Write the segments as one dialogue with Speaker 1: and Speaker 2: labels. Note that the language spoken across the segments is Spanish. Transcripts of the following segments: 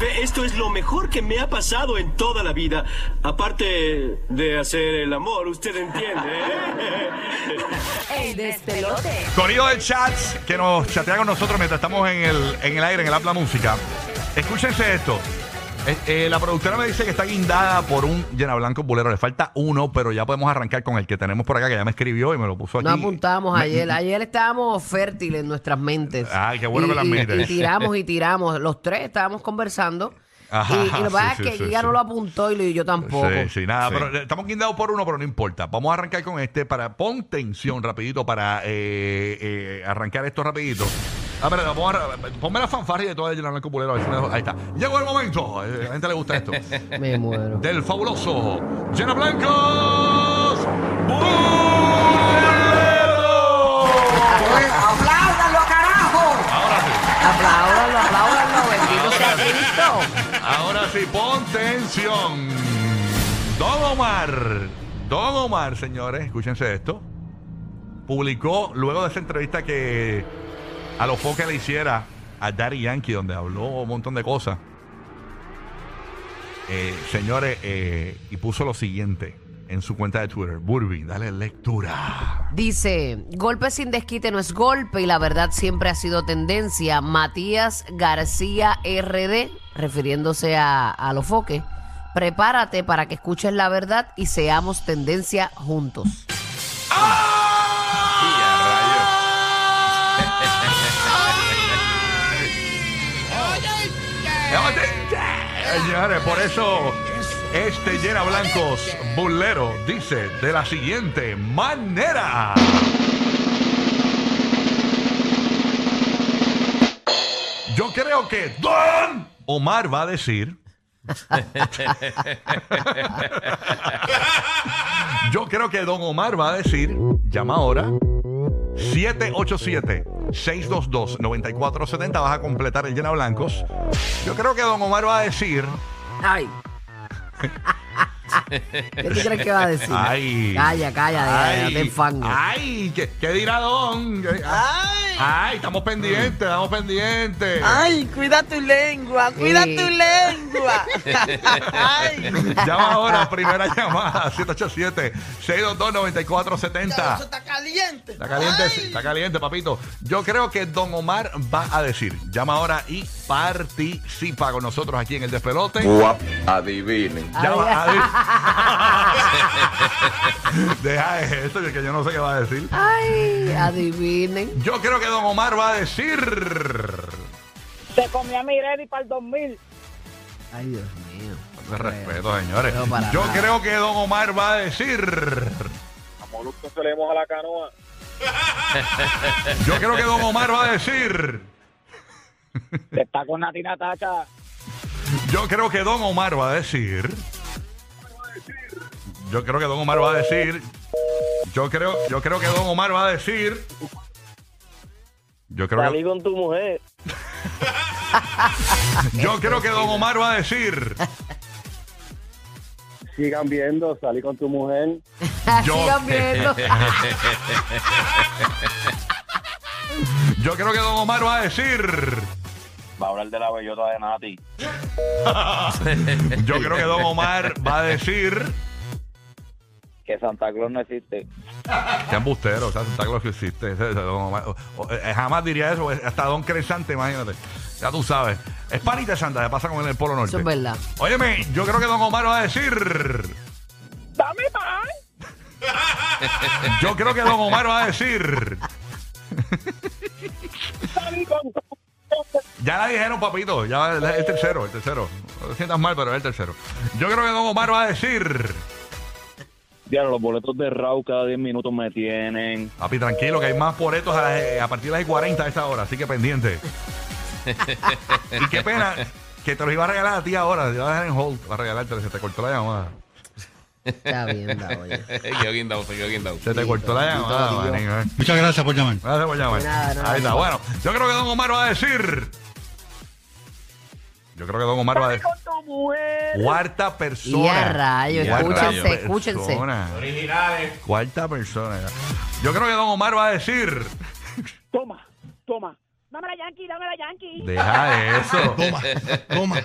Speaker 1: Ve, Esto es lo mejor que me ha pasado en toda la vida. Aparte de hacer el amor, usted entiende, ¿eh?
Speaker 2: El despelote.
Speaker 3: Corrido de chats que nos chatea con nosotros mientras estamos en el, en el aire, en el app La Música. Escúchense esto. Eh, eh, la productora me dice que está guindada por un llena blanco bulero. Le falta uno, pero ya podemos arrancar con el que tenemos por acá, que ya me escribió y me lo puso aquí.
Speaker 4: No apuntamos ayer. Ayer estábamos fértiles en nuestras mentes.
Speaker 3: Ah, qué bueno
Speaker 4: Y-
Speaker 3: que lo
Speaker 4: y-
Speaker 3: admites.
Speaker 4: Y, tiramos y tiramos. Los tres estábamos conversando.
Speaker 3: Ajá,
Speaker 4: y, y lo que pasa
Speaker 3: sí,
Speaker 4: es
Speaker 3: sí,
Speaker 4: que
Speaker 3: sí,
Speaker 4: Giga
Speaker 3: sí.
Speaker 4: no lo apuntó y lo- y yo tampoco.
Speaker 3: Sí, sí, nada, pero eh, estamos guindados por uno, pero no importa. Vamos a arrancar con este para pon tensión rapidito para eh, eh, arrancar esto rapidito. A ver, vamos a, ponme la fanfarria de toda de Llena Blanco Bulero. a ver si me dejo- Ahí está. Llegó el momento. Eh, A la gente le gusta esto.
Speaker 4: Me muero.
Speaker 3: del fabuloso Llena Blancos Bulero.
Speaker 2: ¡Apláudalo, carajo!
Speaker 3: Ahora sí,
Speaker 4: Apláudalo, apláudalo. Bendito sea Cristo.
Speaker 3: ahora sí, pon tensión. Don Omar, Don Omar, señores, escúchense esto. Publicó luego de esa entrevista que a los que le hiciera a Daddy Yankee, donde habló un montón de cosas. Eh, señores, eh, y puso lo siguiente en su cuenta de Twitter. Burby, dale lectura.
Speaker 4: Dice, golpe sin desquite no es golpe y la verdad siempre ha sido tendencia. Matías García RD, refiriéndose a, a los foques, prepárate para que escuches la verdad y seamos tendencia juntos.
Speaker 3: Eh, Señores, por eso este llena blancos bulero dice de la siguiente manera. Yo creo que Don Omar va a decir. Yo creo que Don Omar va a decir, llama ahora, 787-622-9470. Vas a completar el llena blancos. Yo creo que Don Omar va a decir.
Speaker 4: Ay. ¿Qué tú crees que va a decir?
Speaker 3: Ay.
Speaker 4: Calla, calla, de- de fango.
Speaker 3: Ay, ¿qué, qué dirá Don? Ay. estamos pendientes, estamos pendientes.
Speaker 5: Ay, cuida tu lengua, cuida
Speaker 4: Sí.
Speaker 5: tu lengua. Ay,
Speaker 3: Llama ahora, primera llamada, 787-622-9470.
Speaker 5: eso está caliente.
Speaker 3: Está caliente,
Speaker 5: Ay.
Speaker 3: está caliente, papito. Yo creo que Don Omar va a decir. Llama ahora y participa con nosotros aquí en el despelote.
Speaker 6: Guap, adivinen.
Speaker 3: Llama a- Deja eso, que yo no sé qué va a decir.
Speaker 4: Ay, adivinen.
Speaker 3: Yo creo que Don Omar va a decir.
Speaker 7: Se comía mi Irene para el 2000.
Speaker 4: Ay, Dios mío.
Speaker 3: De respeto, señores.
Speaker 4: No, para
Speaker 3: Yo
Speaker 4: nada.
Speaker 3: creo que Don Omar va a decir.
Speaker 7: se le moja la canoa.
Speaker 3: Yo creo que Don Omar va a decir.
Speaker 7: Está con Natina Tacha.
Speaker 3: Yo creo que Don Omar va a decir. Yo creo que Don Omar va a decir. Yo creo, yo creo que Don Omar va a decir. Yo creo que,
Speaker 7: con tu mujer.
Speaker 3: yo creo que
Speaker 7: este,
Speaker 3: Don Omar va a decir.
Speaker 7: Sigan viendo, salí con tu mujer.
Speaker 3: Yo-
Speaker 4: Sigan viendo. Ah,
Speaker 3: Yo creo que Don Omar va a decir.
Speaker 7: Va a hablar de la bellota de Nati.
Speaker 3: Yo creo que Don Omar va a decir.
Speaker 7: Que Santa Claus no existe.
Speaker 3: Qué embustero, o sea, Santa Claus que existe. ese- ese Don Omar- o- o- eh, jamás diría eso, eh, hasta Don Cresante, imagínate. Ya tú sabes. Es panita de Santa, se pasa con él en el Polo Norte.
Speaker 4: Eso es verdad.
Speaker 3: Óyeme, yo creo que Don Omar va a decir.
Speaker 7: ¡Dame pan!
Speaker 3: Yo creo que Don Omar va a decir.
Speaker 7: Salí con tu
Speaker 3: Ya la dijeron, papito. Ya el, el tercero, el tercero. No te sientas mal, pero es el tercero. Yo creo que Don Omar va a decir.
Speaker 7: Diablo, los boletos de Raúl cada 10 minutos me tienen.
Speaker 3: Papi, tranquilo, que hay más boletos a, las- a partir de las 40 de esta hora, así que pendiente. y qué pena, que te los iba a regalar a ti ahora, te iba a dejar en hold para regalártelo, se te cortó la llamada.
Speaker 4: Está bien, la olla.
Speaker 8: quedó guindado, se quedó guindado.
Speaker 3: Se te cortó la llamada, manín, eh.
Speaker 9: Muchas gracias por llamar.
Speaker 3: Gracias por llamar.
Speaker 4: Nada, nada.
Speaker 3: Ahí está. Bueno, yo creo que Don Omar va a decir. Yo creo que Don Omar va a decir.
Speaker 5: con tu mujer.
Speaker 3: Cuarta persona.
Speaker 4: Y a rayos,
Speaker 3: Cuarta
Speaker 8: escúchense,
Speaker 4: escúchense.
Speaker 3: Originales. Cuarta persona. Yo creo que Don Omar va a decir.
Speaker 7: Toma, toma.
Speaker 2: Dame la Yankee, dame la Yankee.
Speaker 3: Deja de eso.
Speaker 9: Toma, toma,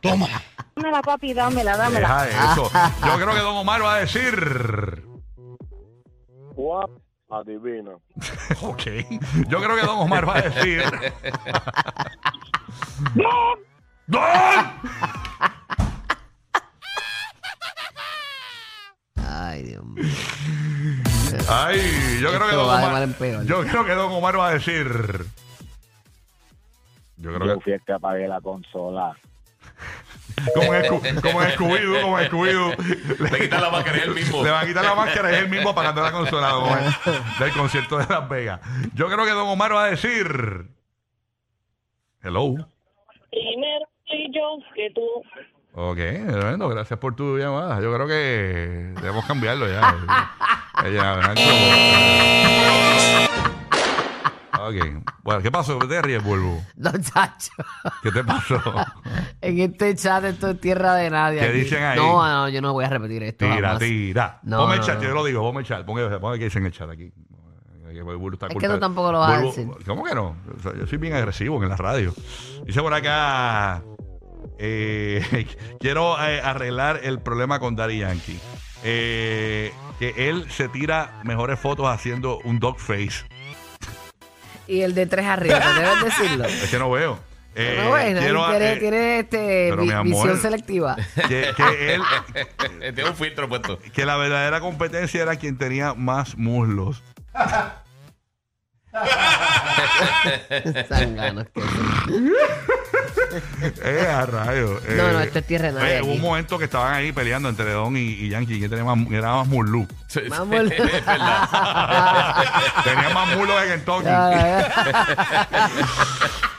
Speaker 9: toma.
Speaker 2: Dámela, papi, dámela, dámela.
Speaker 3: Deja de
Speaker 4: Ah.
Speaker 3: eso. Yo creo que Don Omar va a decir.
Speaker 7: Guap, adivina.
Speaker 3: Ok. Yo creo que Don Omar va a decir. ¡Don! ¡Don!
Speaker 4: Ay, Dios mío.
Speaker 3: Ay, yo creo que
Speaker 4: Esto
Speaker 3: Don
Speaker 4: va de mal en
Speaker 3: Omar.
Speaker 4: peor.
Speaker 3: Yo creo que Don Omar va a decir. Yo creo
Speaker 7: Yo
Speaker 3: que.
Speaker 7: fui el que apagué la consola.
Speaker 3: Como en Scoo- como en Scooby-Doo, como en Scooby-Doo.
Speaker 8: Le quitan la máscara, es el mismo.
Speaker 3: Le van a quitar la máscara y es el mismo apagando la consola Don Omar, del concierto de Las Vegas. Yo creo que Don Omar va a decir. Hello.
Speaker 2: Primero soy yo que tú.
Speaker 3: Ok, bueno, gracias por tu llamada. Yo creo que debemos cambiarlo ya. Eh, ya, Blanco. Ok, bueno, ¿qué pasó? ¿Qué te ríes, Bulbo?
Speaker 4: Don Chacho.
Speaker 3: ¿Qué te pasó?
Speaker 4: En este chat esto es tierra de nadie.
Speaker 3: ¿Qué
Speaker 4: aquí.
Speaker 3: dicen ahí?
Speaker 4: No, no, yo no voy a repetir esto.
Speaker 3: Tira,
Speaker 4: jamás.
Speaker 3: tira.
Speaker 4: No,
Speaker 3: ponme el
Speaker 4: no,
Speaker 3: chat,
Speaker 4: no.
Speaker 3: yo lo digo, ponme el chat. Ponme, ponme que dicen el chat aquí. Eh, Que Bulbo está
Speaker 4: Es que
Speaker 3: culpa-
Speaker 4: tú tampoco lo vas a
Speaker 3: Bulbo-
Speaker 4: decir.
Speaker 3: ¿Cómo que no? O sea, yo soy bien agresivo en la radio. Dice por acá, eh, quiero eh, arreglar el problema con Daddy Yankee. Eh, que él se tira mejores fotos haciendo un dog face.
Speaker 4: Y el de tres arriba, pues debes decirlo.
Speaker 3: Es que no veo. Eh,
Speaker 4: Pero bueno,
Speaker 3: quiero,
Speaker 4: tiene,
Speaker 3: eh,
Speaker 4: tiene, este,
Speaker 3: pero,
Speaker 4: vi-
Speaker 3: mi amor.
Speaker 4: visión selectiva.
Speaker 3: que- que él
Speaker 8: Tiene un filtro puesto.
Speaker 3: que la verdadera competencia era quien tenía más muslos.
Speaker 4: Zánganos, que-
Speaker 3: Eh, a rayos. eh.
Speaker 4: No, no, esto es tierra de nadie
Speaker 3: Oye, hubo un
Speaker 4: aquí.
Speaker 3: momento que estaban ahí peleando entre Don y, y Yankee. ¿Quién tenía más, era más mulú?
Speaker 4: Vamos.
Speaker 8: Es verdad.
Speaker 3: tenía más mulos en Kentucky.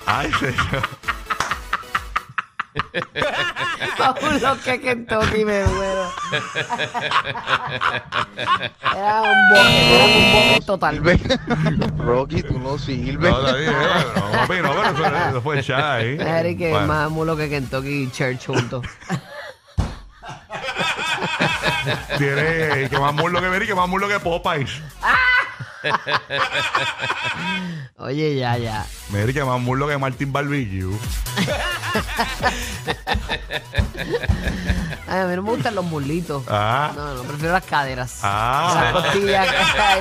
Speaker 3: Ay, señor.
Speaker 4: Paulo, que Kentucky me muero. Era un boque, era un boque total.
Speaker 9: Rocky, tú no sirves.
Speaker 3: No, está bien, eh, no, papi, no, pero eso, eso fue chá ahí.
Speaker 4: Eric que
Speaker 3: Bueno,
Speaker 4: más mulo que Kentucky y Church juntos.
Speaker 3: Tiene que más muslo que Mary, que más muslo que Popeyes.
Speaker 4: Oye, ya, ya.
Speaker 3: Mary, que más muslo que Martin Barbecue.
Speaker 4: Ay, a mí no me gustan los mulitos.
Speaker 3: Ah.
Speaker 4: No, no, prefiero las caderas.
Speaker 3: Ah.
Speaker 4: Las costillas y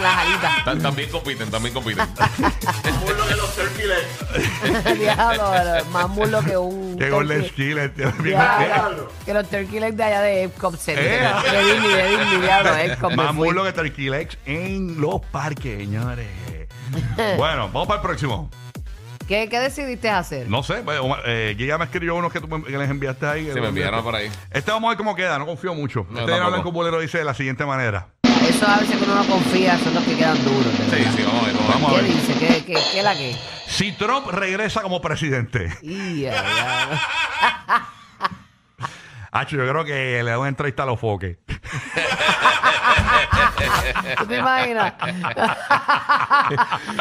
Speaker 4: las alitas.
Speaker 8: Ta- También compiten, también compiten.
Speaker 4: Diablo, pero más mulo que un.
Speaker 3: Que
Speaker 4: turkey-
Speaker 3: Golden Skillet. tío, bien-
Speaker 4: Diablo, Que los turkey legs de allá de Epcot Center.
Speaker 3: Eh.
Speaker 4: De Disney, de Disney, diablo, Epcot. me
Speaker 3: Más
Speaker 4: fui.
Speaker 3: muslo que Turquilex en los parques, señores. bueno, vamos para el próximo.
Speaker 4: ¿Qué, ¿Qué decidiste hacer?
Speaker 3: No sé, pues, Omar, eh, Guilla me escribió unos que tú me- que les enviaste ahí.
Speaker 8: Se me enviaron por ahí.
Speaker 3: Este vamos a ver cómo queda, no confío mucho.
Speaker 8: No,
Speaker 3: este era
Speaker 8: tampoco.
Speaker 3: Blanco Bolero dice de la siguiente manera.
Speaker 4: Eso a veces que uno no confía, son los que quedan duros. de
Speaker 8: Sí,
Speaker 4: verdad.
Speaker 8: sí, vamos a ver.
Speaker 3: Vamos a
Speaker 4: ¿Qué
Speaker 3: ver.
Speaker 4: dice? ¿Qué, qué, qué la que?
Speaker 3: Si Trump regresa como presidente.
Speaker 4: Ia, ya.
Speaker 3: Hacho, yo creo que le da una entrevista a los foques.
Speaker 4: ¿Tú te imaginas?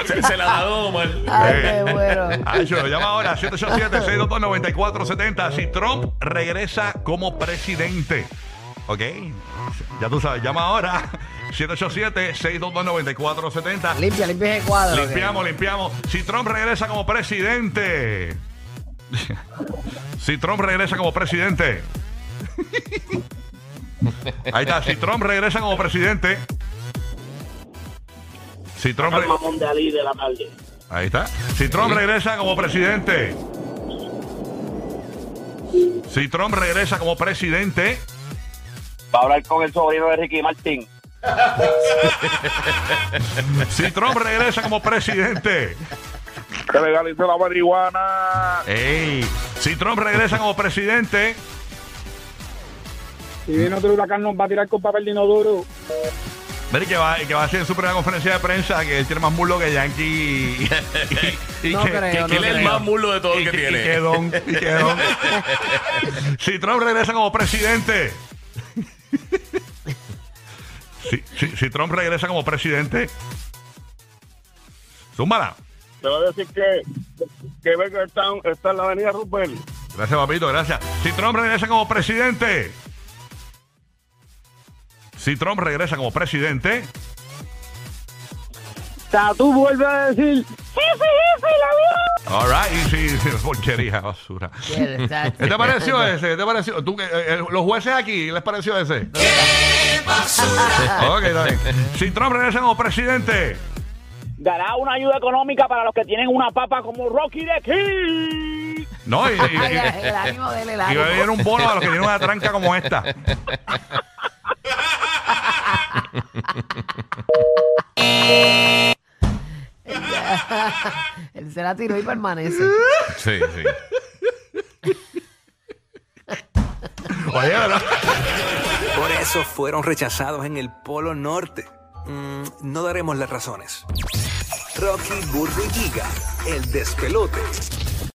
Speaker 8: Se, se la da Don Omar.
Speaker 4: Ay, qué bueno.
Speaker 3: Hacho, lo llama ahora 787-622-9470. Si Trump regresa como presidente. ¿Ok? Ya tú sabes, llama ahora 787-622-9470.
Speaker 4: Limpia, limpia ese cuadro. que-
Speaker 3: Limpiamos, limpiamos. Si Trump regresa como presidente. si Trump regresa como presidente. Ahí está. Si Trump regresa como presidente. Si Trump. re- Ahí está. Si Trump regresa como presidente. Si Trump regresa como presidente.
Speaker 7: Va a hablar con el sobrino de Ricky Martín.
Speaker 3: Si Trump regresa como presidente.
Speaker 7: Que legalice la marihuana.
Speaker 3: Ey. Si Trump regresa como presidente.
Speaker 7: Si viene otro huracán, nos va a tirar con papel de inodoro.
Speaker 3: Mire que va, que va a hacer en su primera conferencia de prensa que él tiene más mulo que Yankee y, y- y
Speaker 4: No
Speaker 3: que,
Speaker 4: creo,
Speaker 3: que-
Speaker 4: no
Speaker 3: que
Speaker 8: Él es el más mulo de todos
Speaker 3: y
Speaker 8: que
Speaker 3: que-
Speaker 8: tiene.
Speaker 3: y que don, y que don. si Trump regresa como presidente. si, si- si Trump regresa como presidente. Zúmbala.
Speaker 7: Te voy a decir que, que Burger Town está en la avenida Rupert.
Speaker 3: Gracias, papito, gracias. Si Trump regresa como presidente. Si Trump regresa como presidente.
Speaker 7: Tatu vuelve a decir,
Speaker 3: All right, y si, si- porquería, basura. ¿Qué te pareció ese? ¿Qué te pareció? ¿Tú, que- eh, eh, ¿Los jueces aquí les pareció ese? ¡Qué basura! Ok, está bien. Si Trump regresa como presidente.
Speaker 2: Dará una ayuda económica para los que tienen una papa como Rocky de King.
Speaker 3: No, y, y,
Speaker 4: Ay,
Speaker 3: y-
Speaker 4: el ánimo de él, el
Speaker 3: Y va a venir
Speaker 4: ánimo.
Speaker 3: un bono a los que tienen una tranca como esta.
Speaker 4: Él se la tiró y permanece.
Speaker 8: Sí, sí.
Speaker 3: Oye, ¿verdad?
Speaker 10: Por eso fueron rechazados en el Polo Norte. Mm, no daremos las razones. Rocky Burbu y Giga, el despelote.